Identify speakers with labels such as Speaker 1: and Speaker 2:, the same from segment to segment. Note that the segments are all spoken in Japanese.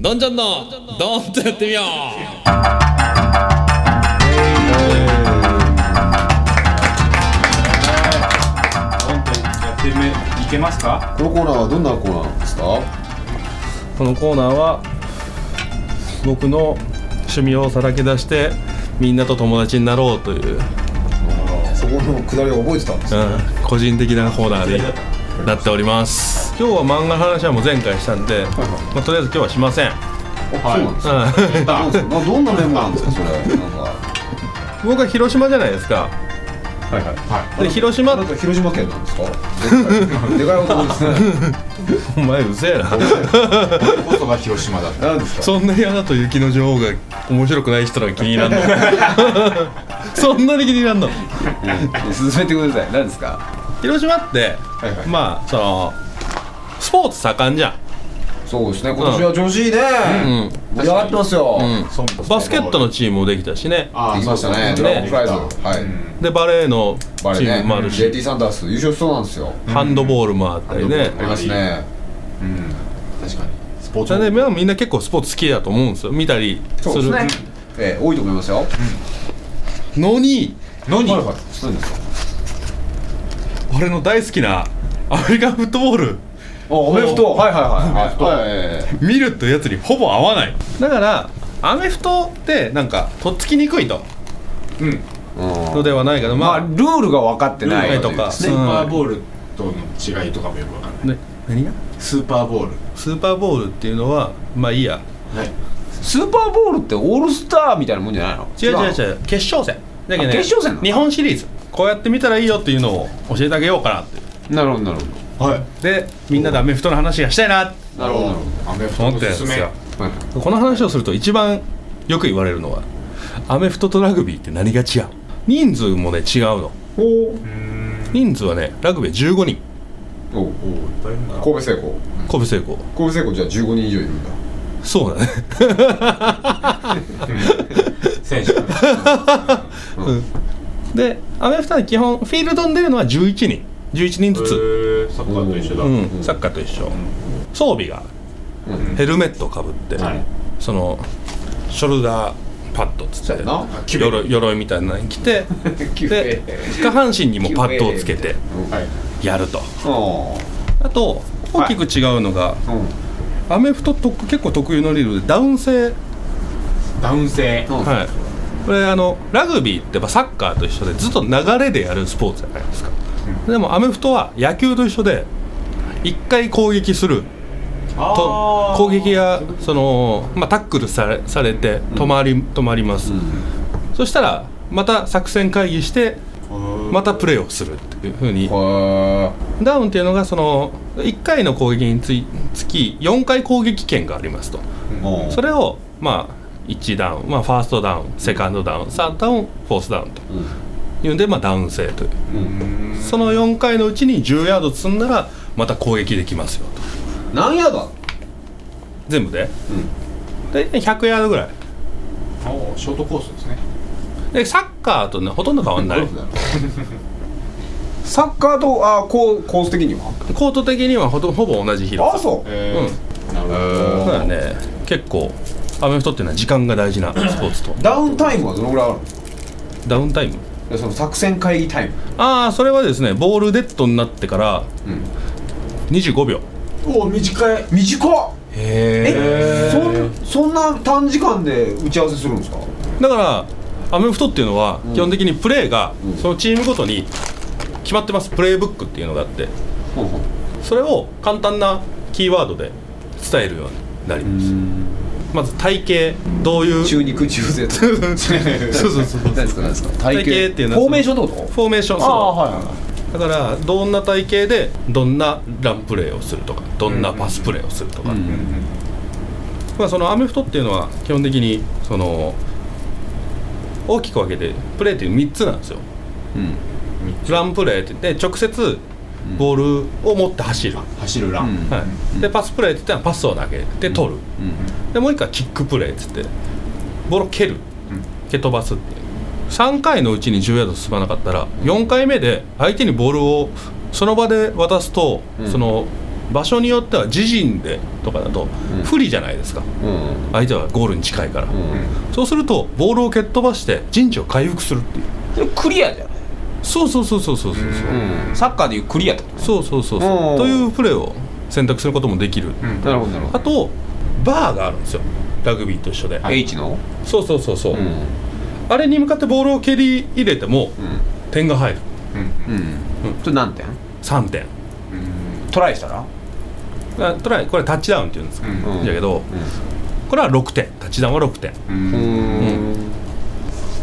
Speaker 1: どんちゃんのどんとやってみよう
Speaker 2: やってみいけますか
Speaker 3: このコーナーはどんなコーナーですか
Speaker 4: このコーナーは僕の趣味をさらけ出してみんなと友達になろうという、うん、
Speaker 3: そこのくだりを覚えてたんです
Speaker 4: 個人的なコーナーになっております今日は漫画の話はもう前回したんで、
Speaker 3: は
Speaker 4: まあ、とりあえず今日はしま せん、
Speaker 3: あ、そうなんですか
Speaker 4: うん
Speaker 3: そうですなどんなメモなんですかそれなんか
Speaker 4: 僕は広島じゃないですか
Speaker 3: はいはい
Speaker 4: で広島
Speaker 3: なんか広島県なんですか。でかい男ですね。
Speaker 4: お前うせえな
Speaker 2: こそが広島だっ
Speaker 3: なんですか。
Speaker 4: そんなにあなと雪の女王が面白くない人が気に 入らんのそんなに気に入らんの
Speaker 3: 進めてください。なんですか。
Speaker 4: 広島って、
Speaker 3: いはい
Speaker 4: まあそのスポーツ盛んじゃん
Speaker 3: そうですね。今年は調子いいね。盛り上がってますよ。
Speaker 4: バスケットのチームもできたしね
Speaker 2: あ
Speaker 3: できましたね。
Speaker 4: そ
Speaker 3: ド
Speaker 4: う
Speaker 3: ラゴンフライズ。
Speaker 2: ね
Speaker 3: はい。
Speaker 4: でバレーのチ
Speaker 3: バレ
Speaker 4: ー
Speaker 3: ー
Speaker 4: ムもあ
Speaker 3: ね。
Speaker 4: るし
Speaker 3: JT サンダース優勝しそうなんですよ。
Speaker 4: ハンドボールもあったりね
Speaker 3: ありますね。
Speaker 2: 確かにスポーツ
Speaker 4: じゃあねまあみんな結構スポーツ好きだと思うんですよ見たりす
Speaker 3: そうで
Speaker 4: る
Speaker 3: すね。ええ多いと思いますよ。
Speaker 4: のに
Speaker 2: のに
Speaker 3: はいはい。そうですか。
Speaker 4: 俺の大好きなアメリカンフットボール
Speaker 3: あ、アメフト。はいはいはい。はい。
Speaker 4: 見るってやつにほぼ合わないだからアメフトってなんかとっつきにくいとのではないけど
Speaker 3: ま
Speaker 4: ま
Speaker 3: あ
Speaker 4: あ、
Speaker 3: ルールが分かってない
Speaker 4: ルールがとか
Speaker 2: スーパーボールとの違いとかもよくわかんな
Speaker 4: ね、
Speaker 2: い
Speaker 4: 何が
Speaker 2: スーパーボール
Speaker 4: スーパーボールっていうのはまあいいや
Speaker 2: はい
Speaker 3: スーパーボールってオールスターみたいなもんじゃないの
Speaker 4: 違う違う違う決勝戦だけどね
Speaker 3: あ決勝戦なの
Speaker 4: 日本シリーズこうやって見たらいいよっていうのを教えてあげようかなって
Speaker 3: うなるほどなるほ
Speaker 2: はい
Speaker 4: でみんなでアメフトの話がしたいな
Speaker 3: どなるほどなる
Speaker 2: アメフ
Speaker 4: と
Speaker 2: ト
Speaker 4: 思っ
Speaker 2: の
Speaker 4: てるん
Speaker 2: す
Speaker 4: です
Speaker 2: め
Speaker 4: よ
Speaker 3: ほどはい
Speaker 4: この話をすると一番よく言われるのはアメフトとラグビーって何が違う人数もね違うの人数はねラグビーは15人
Speaker 3: おう
Speaker 2: おーいっぱいいるな
Speaker 3: 神戸成功
Speaker 4: 神戸成功
Speaker 3: 神戸成功じゃあ15人以上いるんだ
Speaker 4: そうだね
Speaker 2: 選 手がね
Speaker 4: でアメフトは基本フィールドに出るのは11人11人
Speaker 2: へ
Speaker 4: ずつ、
Speaker 2: ーサッカーと一緒だ
Speaker 4: うん、サッカーと一緒、装備が、ヘルメットをかぶって、
Speaker 2: はい
Speaker 4: そのショルダーパッドっつって
Speaker 3: な
Speaker 2: キュベ
Speaker 4: 鎧鎧みたいなのに着 てで下半身にもパッドをつけて
Speaker 2: はい
Speaker 4: やると
Speaker 3: あ
Speaker 4: あと大きく違うのが、
Speaker 3: あうん
Speaker 4: アメフトと結構特有のリールでダウン性、
Speaker 2: ダウン性
Speaker 3: うん
Speaker 4: はい、これあのラグビーってやっぱサッカーと一緒でずっと流れでやるスポーツじゃないですか、でもアメフトは野球と一緒で1回攻撃すると
Speaker 2: あー
Speaker 4: 攻撃がその、まあ、タックルされされて止まり,、止まります、そしたらまた作戦会議してまたプレーをするっていうふうに
Speaker 3: は
Speaker 4: ダウンっていうのがその1回の攻撃についつき4回攻撃権がありますと
Speaker 3: あ
Speaker 4: それをまあ1ダウン、まあ、ファーストダウンセカンドダウン3ダウンフォースダウンというんで、まあ、ダウン制という、その4回のうちに10ヤード積んだらまた攻撃できますよと
Speaker 3: 何やだ
Speaker 4: 全部で、大体100ヤードぐらい
Speaker 2: おーショートコースですね
Speaker 4: でサッカーとねほとんど変わんない
Speaker 3: サッカーとあーこうコース的には
Speaker 4: コート的にはほとほぼ同じ広さ
Speaker 3: そ
Speaker 2: えーなるほ
Speaker 4: だからね結構アメフトっていうのは時間が大事なスポーツと
Speaker 3: ダウンタイムはどのぐらいあるの
Speaker 4: ダウンタイム
Speaker 3: いやその作戦会議タイム
Speaker 4: ああそれはですねボールデッドになってから25秒
Speaker 2: どおー短い
Speaker 3: 短っえ
Speaker 2: へー
Speaker 3: そんそんな短時間で打ち合わせするんですか
Speaker 4: だからアメフトっていうのは基本的にプレーがそのチームごとに決まってますプレイブックっていうのがあって
Speaker 3: ほうほう
Speaker 4: それを簡単なキーワードで伝えるようになりますまず体型どういう
Speaker 3: 中肉中背とそうそうそう何ですか何ですか体
Speaker 4: 体型っていうのは
Speaker 3: フォーメーションってこと
Speaker 4: フォーメーションそう
Speaker 3: はいはい
Speaker 4: だからどんな体型でどんなランプレーをするとかどんなパスプレーをするとか、まあ、そのアメフトっていうのは基本的にその大きく分けてプレーっていう3つなんですよ、ランプレーって言って直接ボールを持って走る、
Speaker 2: 走るラン
Speaker 4: はい、でパスプレーって言ったらパスを投げて取る、でもう一回キックプレーって言ってボールを蹴る、蹴飛ばすっていう3回のうちに10ヤード進まなかったら4回目で相手にボールをその場で渡すと、その場所によっては自陣でとかだと不利じゃないですか、
Speaker 3: うん
Speaker 4: 相手はゴールに近いから、
Speaker 3: うん
Speaker 4: そうするとボールを蹴っ飛ばして陣地を回復するっていう
Speaker 5: それクリアじゃない
Speaker 4: そうそうそうそうそうそう
Speaker 3: うん
Speaker 5: サッカーでいうクリアってこ
Speaker 4: そうそうそう
Speaker 3: う
Speaker 4: そ
Speaker 3: ん
Speaker 4: うというプレーを選択することもできる、
Speaker 3: なるほどなるほ
Speaker 4: あ
Speaker 3: ど
Speaker 4: とバーがあるんですよラグビーと一緒で、
Speaker 3: あ H の
Speaker 4: そうそうそうそう、
Speaker 3: うん
Speaker 4: あれに向かってボールを蹴り入れても点が入る
Speaker 3: うんそれ何点
Speaker 4: 3点
Speaker 5: とトライしたら
Speaker 4: あトライこれタッチダウンって言うんですか、
Speaker 3: うん
Speaker 4: だけど、これは6点タッチダウンは6点
Speaker 3: うん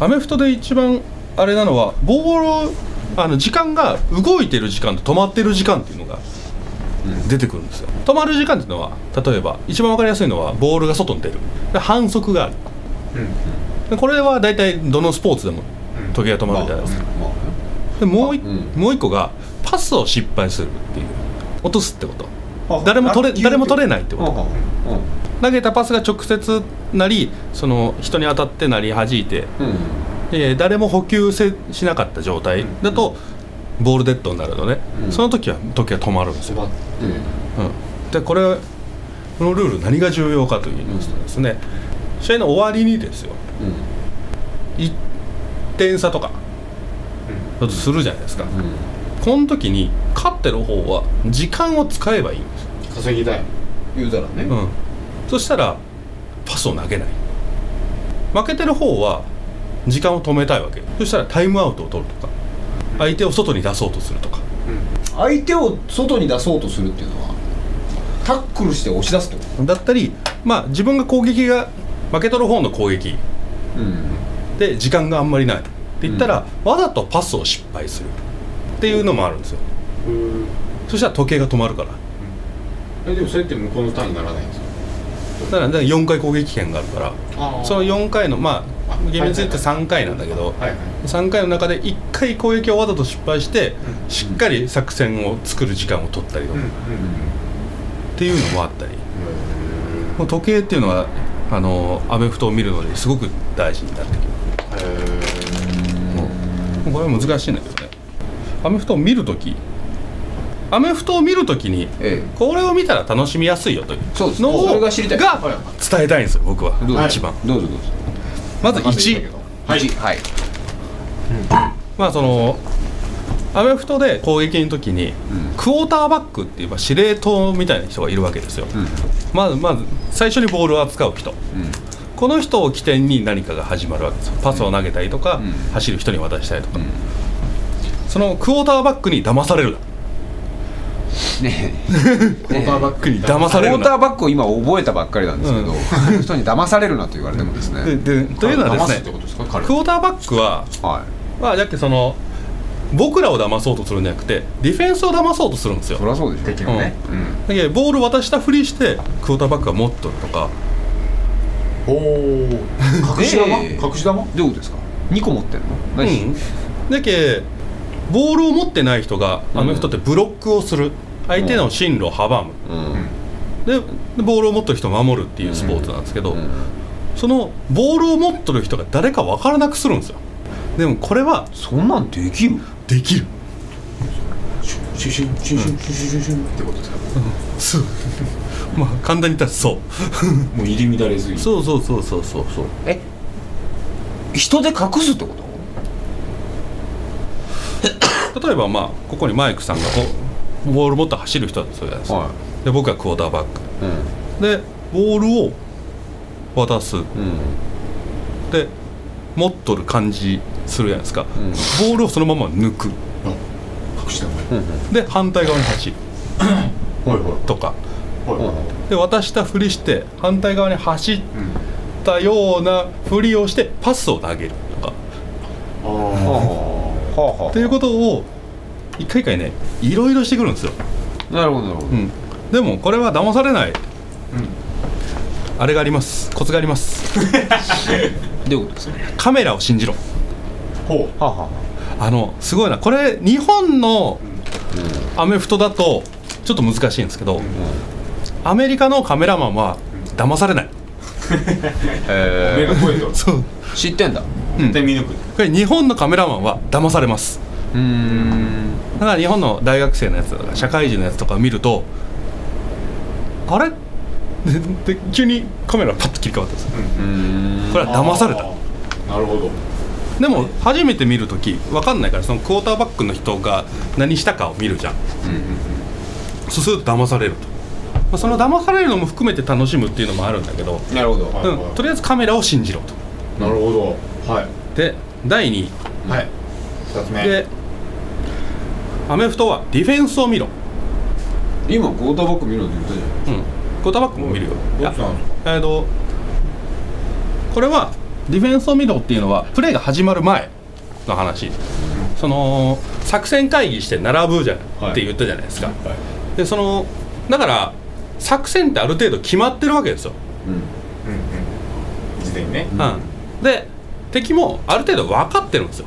Speaker 4: アメフトで一番あれなのはボールをあの時間が動いてる時間と止まってる時間っていうのが出てくるんですよ止まる時間っていうのは例えば一番わかりやすいのはボールが外に出るで反則がある、でこれは大体どのスポーツでも時計が止まるじゃないですか、
Speaker 3: まあ
Speaker 4: でもうい、
Speaker 3: うん
Speaker 4: もう一個がパスを失敗するっていう落とすってこと
Speaker 2: あ
Speaker 4: 誰も取
Speaker 2: ラッキ
Speaker 4: れ
Speaker 2: ー
Speaker 4: 誰も取れないってこと
Speaker 3: うん
Speaker 4: 投げたパスが直接なりその人に当たってなり弾いて
Speaker 3: うん
Speaker 4: えー誰も補給せしなかった状態だと、ボールデッドになるのね、
Speaker 3: うん
Speaker 4: その時は時は止まるんですよ、
Speaker 3: うん
Speaker 4: うん、でこれこのルール何が重要かと言いますとですね試合の終わりにですよ1点差とかだとするじゃないですか、
Speaker 3: うんうん
Speaker 4: この時に勝ってる方は時間を使えばいいんですよ、
Speaker 2: 稼ぎたい
Speaker 3: 言うたらね
Speaker 4: うん、そしたらパスを投げない負けてる方は時間を止めたいわけそしたらタイムアウトを取るとか相手を外に出そうとするとか
Speaker 3: 相手を外に出そうとするっていうのはタックルして押し出すってこ
Speaker 4: だったり、まあ、自分が攻撃が負け取る方の攻撃
Speaker 3: とうん
Speaker 4: で時間があんまりないって言ったら、わざとパスを失敗するっていうのもあるんですよそしたら時計が止まるから
Speaker 2: えでもそれって向こうのターンにならないんですか
Speaker 4: だからだから4回攻撃権があるから
Speaker 2: あ
Speaker 4: その4回のま
Speaker 2: あ
Speaker 4: あ厳密に言って3回なんだけど、
Speaker 2: はいはい
Speaker 4: 3回の中で1回攻撃をわざと失敗して、しっかり作戦を作る時間を取ったりとか、っていうのもあったり、もう時計っていうのはあのアメフトを見るのですごく大事になってきます、うんこれは難しいんだけどねアメフトを見るときアメフトを見るときに
Speaker 3: え
Speaker 4: これを見たら楽しみやすいよという
Speaker 3: そうです
Speaker 4: のを
Speaker 3: それが知りたい
Speaker 4: が
Speaker 3: は
Speaker 4: 伝えたいんですよ僕は、
Speaker 3: どうぞ
Speaker 4: 一番
Speaker 3: どうぞどうぞ
Speaker 4: まず1
Speaker 3: はいはい
Speaker 4: まあそのアメフトで攻撃の時に、クォーターバックっていうまあ司令塔みたいな人がいるわけですよ、まずまず最初にボールを扱う人、この人を起点に何かが始まるわけですよパスを投げたりとか、走る人に渡したりとか、そのクォーターバックに騙されるな
Speaker 3: ねえ
Speaker 2: クォーターバックに
Speaker 4: 騙さ
Speaker 3: ク
Speaker 4: れる
Speaker 3: ォータ
Speaker 4: な
Speaker 3: ーバックを今覚えたばっかりなんですけど、
Speaker 4: うん
Speaker 3: その人に騙されるなと言われてもですね、
Speaker 4: ででというのはです
Speaker 2: っ
Speaker 4: ね
Speaker 2: てことですか彼
Speaker 4: クォーターバックは
Speaker 3: は
Speaker 4: まあだってその僕らを騙そうとするんじゃなくてディフェンスを騙そうとするんですよ
Speaker 3: いそりゃそうでしょ
Speaker 2: 敵のねうん
Speaker 4: だけどボール渡したふりしてクォーターバックが持っとるとか
Speaker 2: おお隠し玉
Speaker 3: ええ
Speaker 2: 隠し玉
Speaker 3: どういうことですか2個持ってんの何し、
Speaker 4: うん、だけボールを持ってない人があの人ってブロックをする相手の進路を阻む、
Speaker 3: うん
Speaker 4: ででボールを持ってる人を守るっていうスポーツなんですけど、
Speaker 3: うん
Speaker 4: そのボールを持ってる人が誰か分からなくするんですよでもこれは
Speaker 3: そんなんできる
Speaker 4: できる
Speaker 2: シュシュシュシュシュシュシュシュってことですか
Speaker 4: す まあ簡単に言ったらそう
Speaker 2: もう入り乱れずに
Speaker 4: そうそうそうそうそうそう
Speaker 3: え人で隠すってこと
Speaker 4: 例えばまあここにマイクさんがこうボール持って走る人だとするじゃないですか、
Speaker 3: は
Speaker 4: で僕がクォーターバック
Speaker 3: い
Speaker 4: でボールを渡す
Speaker 3: うんうん
Speaker 4: で持っとる感じするじゃないですか、ボールをそのまま抜く
Speaker 2: 隠し玉
Speaker 4: で反対側に走る
Speaker 2: はいはい
Speaker 4: とか
Speaker 2: はいはい
Speaker 4: で渡したふりして反対側に走ったようなふりをしてパスを投げるとか
Speaker 2: ああ
Speaker 3: はあは
Speaker 4: っていうことを一回一回ねいろいろしてくるんですよ、
Speaker 3: あなるほどなるほど
Speaker 4: うん、でもこれは騙されない、あれがありますコツがあります
Speaker 3: どういうことですかは
Speaker 4: カメラを信じろ
Speaker 2: ほ
Speaker 3: あは
Speaker 4: あのすごいなこれ日本のアメフトだとちょっと難しいんですけど、アメリカのカメラマンは騙されない、
Speaker 3: あへ
Speaker 2: う目が超えとる
Speaker 4: そう
Speaker 3: え知ってんだ
Speaker 2: 絶対見抜
Speaker 4: こ
Speaker 2: く
Speaker 4: れ日本のカメラマンは騙されます
Speaker 3: うーん
Speaker 4: だから日本の大学生のやつとか社会人のやつとか見るとあれ でで急にカメラパッと切り替わったんですよこれは騙された
Speaker 2: なるほど
Speaker 4: でも初めて見るとき分かんないからそのクォーターバックの人が何したかを見るじゃん、そうすると騙されると、まあ、その騙されるのも含めて楽しむっていうのもあるんだけど、
Speaker 5: なるほど
Speaker 2: は
Speaker 4: うん、とりあえずカメラを信じろと
Speaker 2: なるほどはい
Speaker 4: で第2位
Speaker 2: はい
Speaker 5: 2つ目
Speaker 4: でアメフトはディフェンスを見ろ、
Speaker 3: 今クォーターバック見ろって言ったじゃん
Speaker 4: うん、クォーターバックも見るよいや
Speaker 3: なんですか
Speaker 4: えっとこれはディフェンスを見ろっていうのはプレーが始まる前の話その作戦会議して並ぶじゃん、
Speaker 2: はい
Speaker 4: って言ったじゃないですか、でそのだから作戦ってある程度決まってるわけですよ、
Speaker 5: 事前にね
Speaker 4: うん、で敵もある程度分かってるんですよ、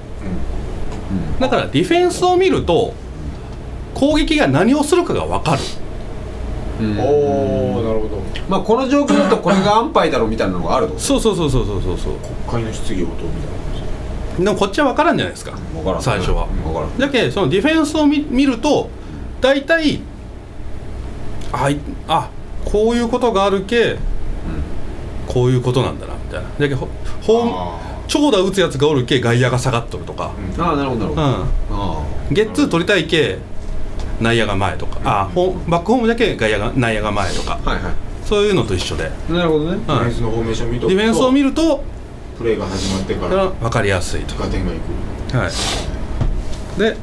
Speaker 4: だからディフェンスを見ると攻撃が何をするかが分かる
Speaker 2: おおなるほど
Speaker 3: まあこの状況だとこれが安牌だろうみたいなのがあると
Speaker 4: そうそうそうそうそうそうそう
Speaker 2: 国会の質疑応答みたい
Speaker 4: でもこっちは分からんじゃないですか
Speaker 3: 分からん
Speaker 4: 最初は
Speaker 3: 分からん
Speaker 4: だけどそのディフェンスを見見ると大体あいあこういうことがあるけ、こういうことなんだなみたいなだけどほホーム長打打つやつがおるけ外野が下がっとるとか、
Speaker 3: ああなるほどなるほ
Speaker 4: う
Speaker 3: どあ
Speaker 4: んゲッツー取りたいけ内野が前とか、あホーバックホームだけ外野が内野が前とか
Speaker 3: あはいは
Speaker 4: そういうのと一緒で、うん
Speaker 3: いなるほどね
Speaker 2: なディフェンスのフォーメーション見
Speaker 4: デ
Speaker 2: と
Speaker 4: ィフェンスを
Speaker 2: 見
Speaker 4: 見ると
Speaker 2: プレーが始まってから
Speaker 4: 分かりやすいと
Speaker 2: 打点がいく
Speaker 4: はい、で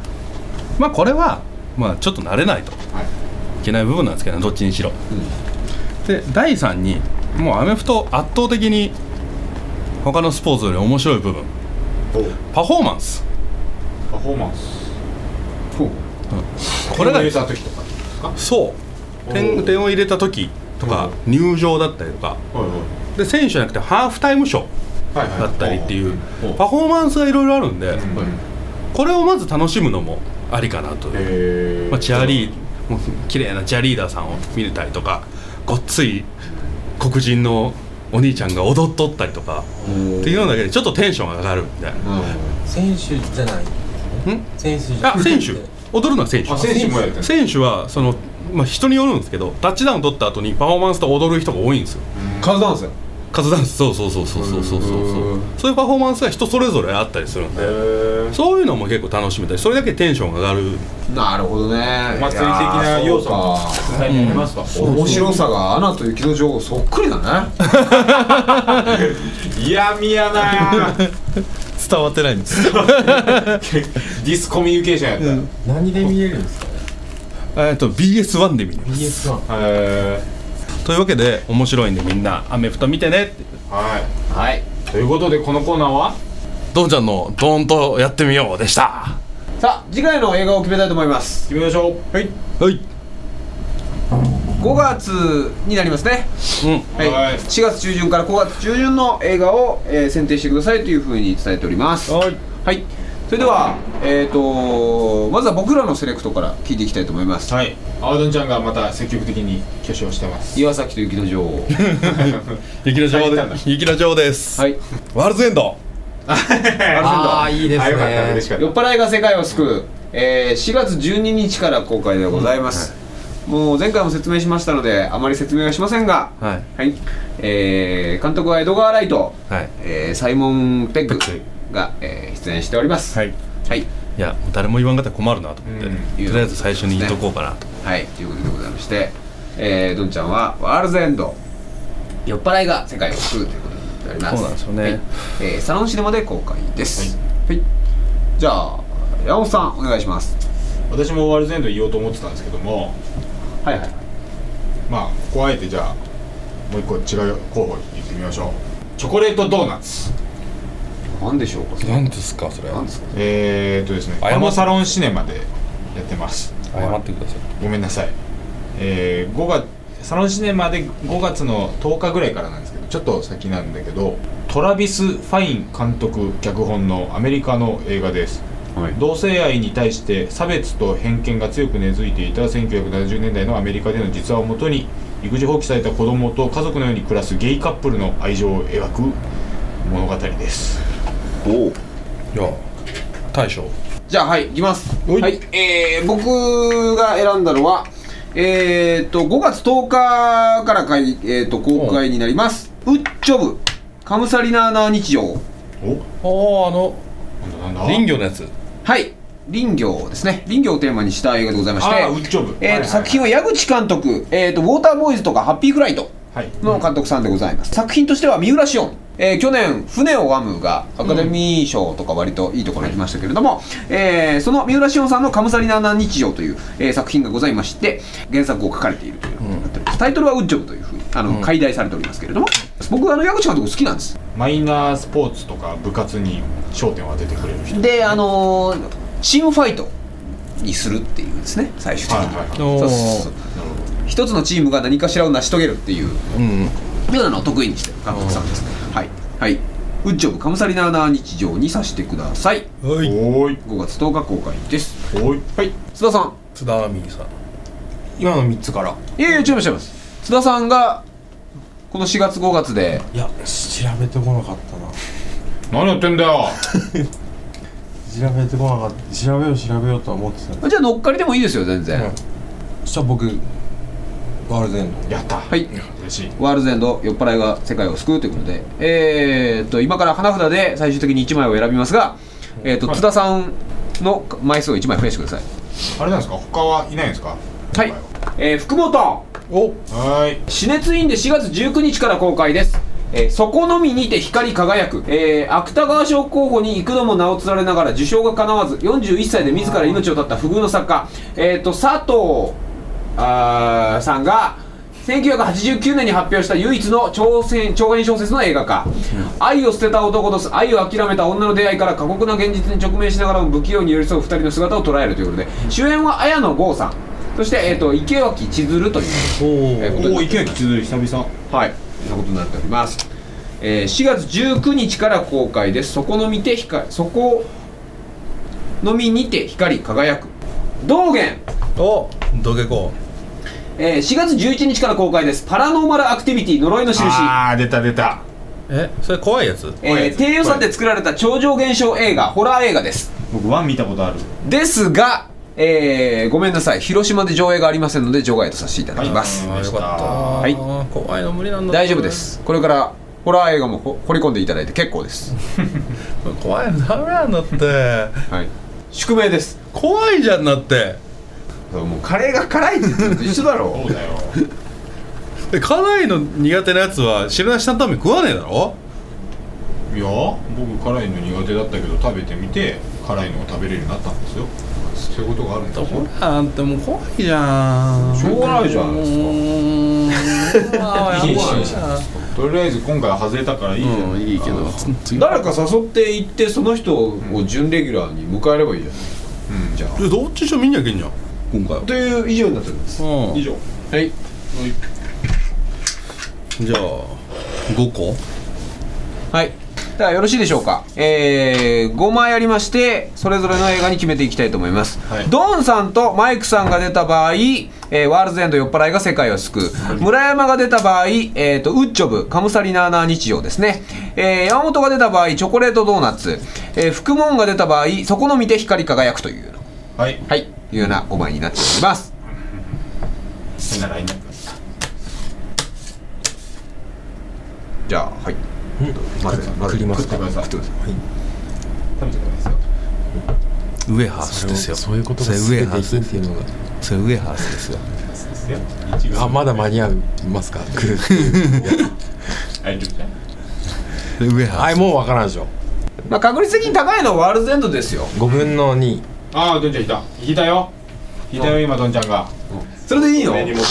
Speaker 4: まあこれは、まあ、ちょっと慣れないとい
Speaker 2: はい
Speaker 4: けない部分なんですけどねどっちにしろ、で第3にもうアメフト圧倒的に他のスポーツより面白い部分
Speaker 2: お
Speaker 4: パフォーマンス
Speaker 2: パフォーマンス
Speaker 3: ほう
Speaker 4: これが
Speaker 2: 入れた時とか
Speaker 4: そう
Speaker 2: お
Speaker 4: 点
Speaker 2: ー
Speaker 4: 点を入れた時とか入場だったりとか
Speaker 2: はい
Speaker 4: で選手じゃなくてハーフタイムショー
Speaker 2: はいはい
Speaker 4: だったりって
Speaker 2: う
Speaker 4: いう
Speaker 3: おう
Speaker 4: パフォーマンスがいろいろあるんで
Speaker 2: はい
Speaker 4: これをまず楽しむのもありかなという
Speaker 2: へえ
Speaker 4: まあ、チアリーもう綺麗なチアリーダーさんを見れたりとかごっつい黒人のお兄ちゃんが踊っとったりとかっていうのだけでちょっとテンションが上がるみたいな
Speaker 3: なるほ
Speaker 6: 選手じゃない
Speaker 4: ん
Speaker 6: 選手じゃ
Speaker 4: あ選手踊るのは選
Speaker 2: あ
Speaker 4: 手
Speaker 2: 選手もやってる
Speaker 4: 選手はその、まあ、人によるんですけどタッチダウン取った後にパフォーマンスと踊る人が多いんですよ
Speaker 3: どカズダンスや
Speaker 4: カズダンスそうそうそうそうそうそうそうそうそういうパフォーマンスが人それぞれあったりするんで
Speaker 2: へ
Speaker 4: そういうのも結構楽しめたりそれだけテンションが上がる
Speaker 3: なるほどね
Speaker 2: 祭り的な要素も
Speaker 3: いやーそうか
Speaker 2: えになりますか
Speaker 3: 面白さがアナと雪の女王そっくり だね
Speaker 2: 嫌みやなー
Speaker 1: 伝わってないんです
Speaker 2: ディスコミュニケーションやった
Speaker 6: 何で見えるんですかね
Speaker 4: えっと BS1 で見る
Speaker 6: BS1
Speaker 2: へ
Speaker 4: というわけで面白いんでみんなアメフト見てねって
Speaker 2: ーはい
Speaker 5: はい
Speaker 2: ということでこのコーナーは
Speaker 4: ドンちゃんのドーンとやってみようでした
Speaker 3: さあ次回の映画を決めたいと思います
Speaker 2: 決めましょうはい
Speaker 4: はい
Speaker 3: 5月になりますね
Speaker 4: うん
Speaker 3: はい、
Speaker 2: はい
Speaker 3: 4月中旬から5月中旬の映画を、えー選定してくださいというふうに伝えておりますはい、
Speaker 4: はい
Speaker 3: それではえっ、とまずは僕らのセレクトから聞いていきたいと思います、
Speaker 2: はいアードンちゃんがまた積極的に挙手をしてます
Speaker 3: 岩崎と雪の女 王
Speaker 4: ゆきらじょう
Speaker 2: 入ったんだ
Speaker 4: でゆきらじょうです、
Speaker 3: はい
Speaker 4: ワールズエンド
Speaker 6: ああいいです
Speaker 2: あよかった嬉
Speaker 6: ね
Speaker 2: しかっ
Speaker 3: 酔っ払いが世界を救う、えー4月12日から公開でございます、もう前回も説明しましたのであまり説明はしませんが
Speaker 4: はい
Speaker 3: はい、えー監督は江戸川ライト、
Speaker 4: はい
Speaker 3: えーサイモン・ペッグ
Speaker 4: ペッ
Speaker 3: が、えー出演しております
Speaker 4: はい
Speaker 3: はい
Speaker 4: いや誰も言わんかったら困るなと思って、
Speaker 3: うん
Speaker 4: とりあえず最初に言っとこうかなと、
Speaker 3: はい、ということでございまして、えー、どんちゃんはワールズエンド酔っ払いが世界を救うということになります
Speaker 4: そうなんですよね
Speaker 3: はいえーサロンシネマで公開ですはい、じゃあ山本さんお願いします
Speaker 2: 私もワールズエンド言おうと思ってたんですけども
Speaker 3: はいはい
Speaker 2: まあここあえてじゃあもう一個違う候補言ってみましょうチョコレートドーナツ
Speaker 3: 何でしょうかそれ
Speaker 4: なんですかそれ
Speaker 3: 何ですか
Speaker 2: えー、っとですね
Speaker 4: 謝っ
Speaker 2: アマサロンシネマでやってます
Speaker 4: 謝ってください
Speaker 2: ごめんなさいえー、5月サロンシネマで5月の10日ぐらいからなんですけどちょっと先なんだけどトラビス・ファイン監督脚本のアメリカの映画です同性愛に対して差別と偏見が強く根付いていた1970年代のアメリカでの実話をもとに育児放棄された子供と家族のように暮らすゲイカップルの愛情を描く物語です
Speaker 3: お
Speaker 4: いや大将
Speaker 3: じゃあはい行きます
Speaker 4: おい
Speaker 3: はい、えー、僕が選んだのはえー、と5月10日からかい、えー、と公開になります「ウッチョブカムサリナーナー日常
Speaker 2: お
Speaker 4: ああの
Speaker 2: なんだなんだ
Speaker 4: 林業のやつ」
Speaker 3: はい林業ですね林業をテーマにした映画でございまして
Speaker 2: あーウッジョ
Speaker 3: え
Speaker 2: ブ
Speaker 3: ーと
Speaker 2: はいはいはい
Speaker 3: 作品は矢口監督、えーと「ウォーターボーイズ」とか「ハッピーフライト」
Speaker 2: はい
Speaker 3: の監督さんでございます、作品としては三浦紫音、えー去年「船を編む」がアカデミー賞とか割といいところに来ましたけれども、えーその三浦紫音さんの「カムサリナナ日常」という、えー作品がございまして原作を書かれているということになっておりますタイトルは「ウッジョブ」というふうにあの、解題されておりますけれども僕あの矢口監督好きなんです
Speaker 2: マイナースポーツとか部活に焦点を当ててくれる人
Speaker 3: であのーチームファイトにするっていうですね最終的
Speaker 2: はい
Speaker 3: に、
Speaker 2: はいは
Speaker 4: お
Speaker 3: そうそうそう
Speaker 2: いなるほど
Speaker 3: 一つのチームが何かしらを成し遂げるっていう
Speaker 4: うん
Speaker 3: ようなのを得意にしてる監督さんですねはいはいウッジョブカムサリナーナー日常にさしてください
Speaker 4: はい
Speaker 2: おーい
Speaker 3: 5月10日公開です
Speaker 2: おーいはい
Speaker 3: 津田さん
Speaker 4: 津田亜美さん
Speaker 5: 今の3つから
Speaker 3: いやいや違います違います津田さんがこの4月5月で
Speaker 6: いや調べてこなかったな
Speaker 2: 何やってんだよ
Speaker 6: 調べてこなかった調べよう調べようとは思ってたんで
Speaker 3: じゃあ乗っかりでもいいですよ全然、
Speaker 6: うんそしたら僕ワールドエンド
Speaker 2: やった
Speaker 3: はいい
Speaker 2: 嬉しい
Speaker 3: ワールズエンド酔っ払いが世界を救うということでえー、っと今から花札で最終的に1枚を選びますが、えーっと津田さんの枚数を1枚増やしてください
Speaker 2: あれなんですか他はいないんですか
Speaker 3: はいえー、福本
Speaker 4: お
Speaker 2: はーい
Speaker 3: 死熱院で4月19日から公開です、えー、そこのみにて光り輝く、えー、芥川賞候補に幾度も名を連ねながら受賞がかなわず41歳で自ら命を絶った不遇の作家、えー、と佐藤あーさんが1989年に発表した唯一の長編長編小説の映画化、愛を捨てた男と愛を諦めた女の出会いから過酷な現実に直面しながらも不器用に寄り添う2人の姿を捉えるということで主演は綾野剛さんそして、えー、と池脇千鶴という、えーことになっております
Speaker 2: おお池脇千鶴久々
Speaker 3: はい、そんなことになっております。えー、4月19日から公開です。そこのみて光、そこのみにて光り輝く。道元、
Speaker 4: おどげこ
Speaker 3: えー、4月11日から公開です。パラノーマルアクティビティ呪いの印。
Speaker 2: あー出た出た
Speaker 4: えそれ怖いやつ
Speaker 3: えー、低予算で作られた超常現象映画、ホラー映画です。
Speaker 2: 僕ワン見たことある
Speaker 3: ですが、えー、ごめんなさい。広島で上映がありませんので、除外とさせていただきます。
Speaker 4: あ
Speaker 2: はい
Speaker 4: よか
Speaker 3: はい
Speaker 4: ったはい怖いの無理なんだ
Speaker 3: 大丈夫です。これから、ホラー映画もほ掘り込んでいただいて結構です。
Speaker 4: 怖いのダメなんだって
Speaker 3: はい。宿命です。
Speaker 4: 怖いじゃんだって
Speaker 3: もうカレーが辛いって言って一緒だろ
Speaker 2: そうだ よ
Speaker 4: え辛いの苦手なやつは汁なし担々麺食わねえだろ
Speaker 2: いや僕辛いの苦手だったけど食べてみて辛いのが食べれるようになったんですよそういうことがあるんですよ
Speaker 4: ほらなんてもう怖いじゃん
Speaker 3: しょうがないじゃないです
Speaker 4: う
Speaker 3: か
Speaker 4: ーんまあ
Speaker 6: いい
Speaker 4: やばい
Speaker 2: とりあえず今回は外れたからいいじゃん、
Speaker 4: うんいいけど
Speaker 3: 誰か誘って行ってその人を準レギュラーに迎えればいいじゃないうんじゃあ
Speaker 4: えどっちにしろ見にゃいけんじゃん今回は
Speaker 3: という以上になっております
Speaker 4: うん
Speaker 2: 以上
Speaker 3: はい
Speaker 4: じゃあ5個
Speaker 3: はいではよろしいでしょうかえー、5枚ありましてそれぞれの映画に決めていきたいと思います、
Speaker 2: はい
Speaker 3: ドンさんとマイクさんが出た場合、えーワールズエンド酔っ払いが世界を救う、村山が出た場合、えー、とウッチョブカムサリナーナー日常ですね、えー山本が出た場合チョコレートドーナツ、えー、福門が出た場合そこの見て光り輝くというような
Speaker 2: はい
Speaker 3: はいいうような5枚になっております
Speaker 2: 変なラインナップ
Speaker 3: じゃあはい。混ぜ混ぜ
Speaker 6: 作りますか
Speaker 2: 食ってください食べちゃダメですよ
Speaker 4: ウエハースですよ
Speaker 6: そういうこと
Speaker 4: そ
Speaker 6: が
Speaker 4: れウ
Speaker 6: 全
Speaker 4: エ
Speaker 6: て
Speaker 4: ハー
Speaker 6: で
Speaker 4: ス
Speaker 6: きんっていうのが
Speaker 4: それウエハースですよ
Speaker 2: ですよ一応
Speaker 6: あまだ間に合います か来る
Speaker 2: はいちょっとね
Speaker 4: それウエハー
Speaker 6: はいもうわからんでしょ
Speaker 3: まあ確率的に高いのはワールズエンドですよ。
Speaker 6: 5分の2
Speaker 2: ああどんちゃんいた引いたよ引いたよ今どんちゃんが
Speaker 3: それでいいの
Speaker 2: 上に持って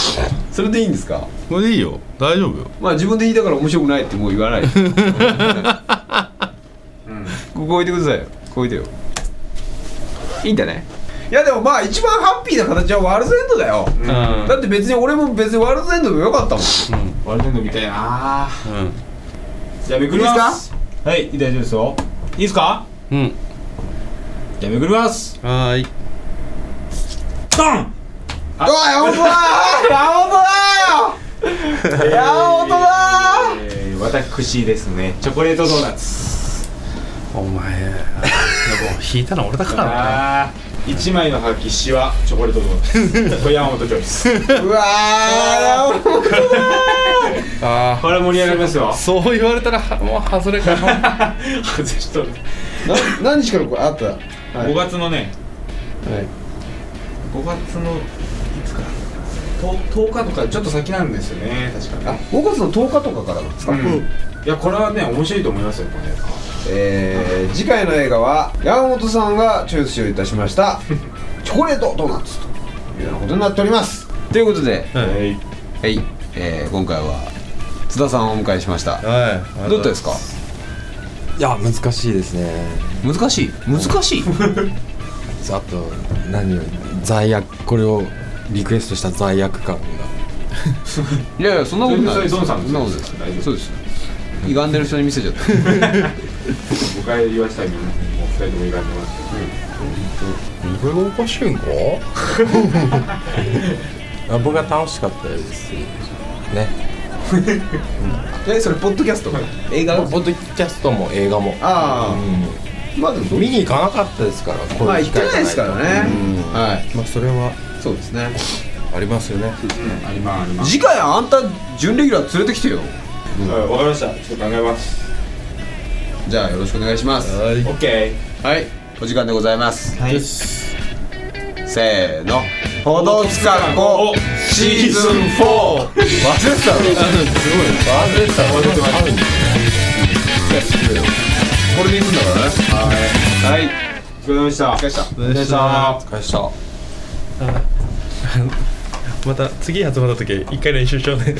Speaker 3: それでいいんですか
Speaker 4: スこれでいいよ大丈夫よ
Speaker 3: まあ自分で言いたから面白くないってもう 言わない。ここ置いてくださいよ。ここ置いてよ。いいんだね。いやでもまあ一番ハッピーな形はワールズエンドだよ。だって別に俺も別にワールズエンドでもよかったもん。
Speaker 2: 割れてんのみたいな
Speaker 4: うん
Speaker 2: じゃあめくりますはい大丈夫ですよいいですか
Speaker 4: うん
Speaker 2: じゃあめくります
Speaker 4: はーい
Speaker 2: ドン
Speaker 3: うわやばいやば いよ。やばいよ。
Speaker 2: えー、私ですねチョコレートドーナツ
Speaker 4: お前もう引いたのは俺だからな
Speaker 2: あー一枚のハガキシワチョコレート とこれ山本チョイス
Speaker 3: うわー
Speaker 4: あ
Speaker 2: これ盛り上がりますよ
Speaker 4: ーそう言われたらはもう外れかな
Speaker 2: 外しとる
Speaker 3: な何日からこれあったはい
Speaker 2: 5月のね
Speaker 3: はい
Speaker 2: 5月のいつか10日とかちょっと先なんですよね確か
Speaker 3: あ
Speaker 2: ね
Speaker 3: 5月の10日とかからなんですか、
Speaker 2: うんいやこれはね面白いと思いますよこれ
Speaker 3: えー、次回の映画は山本さんがチョイスをいたしま した「チョコレートドーナツ」というようなことになっておりますということで、
Speaker 2: はい
Speaker 3: はいえー、今回は津田さんをお迎えしました
Speaker 4: はい
Speaker 3: どうだったですか
Speaker 5: いや難しいですね
Speaker 3: 難しい難しい
Speaker 5: あと何より罪悪これをリクエストした罪悪感が
Speaker 3: いやいやそんなことないです
Speaker 2: それそれゾンさん
Speaker 3: そんなことないですそうです歪んでる人に見せちゃった
Speaker 2: 5回言わせたいみんなもう2人とも言わせてもらっ
Speaker 5: こ
Speaker 2: て
Speaker 5: れがおかしいんか あ僕は楽しかったですね
Speaker 3: えそれポッドキャスト映画
Speaker 5: ポッドキャストも映画も、
Speaker 3: ああまあでも
Speaker 5: うん、見に行かなかったですからこういう
Speaker 3: まあ行
Speaker 5: 機
Speaker 3: って
Speaker 5: 会
Speaker 3: ないですからねはい
Speaker 4: まあそれは
Speaker 3: そうですね
Speaker 4: ありますよね
Speaker 2: ありまありま
Speaker 3: 次回あんた準レギュラー連れてきてよ
Speaker 2: はいわかりましたちょっと考えます
Speaker 3: じゃあよろしくお願いします
Speaker 4: はい
Speaker 2: OK
Speaker 3: はいお時間でございます
Speaker 1: はい
Speaker 3: せーの「ほどつかこシーズン4」忘れてたの
Speaker 5: 忘れてた忘れてた
Speaker 3: これでいくんだからねはいはい
Speaker 2: お疲れ様でした
Speaker 3: お疲れ様でした
Speaker 4: お疲れ様でした
Speaker 2: お疲れ様
Speaker 5: お疲れ様でした
Speaker 4: また次集まった時一回練習しようね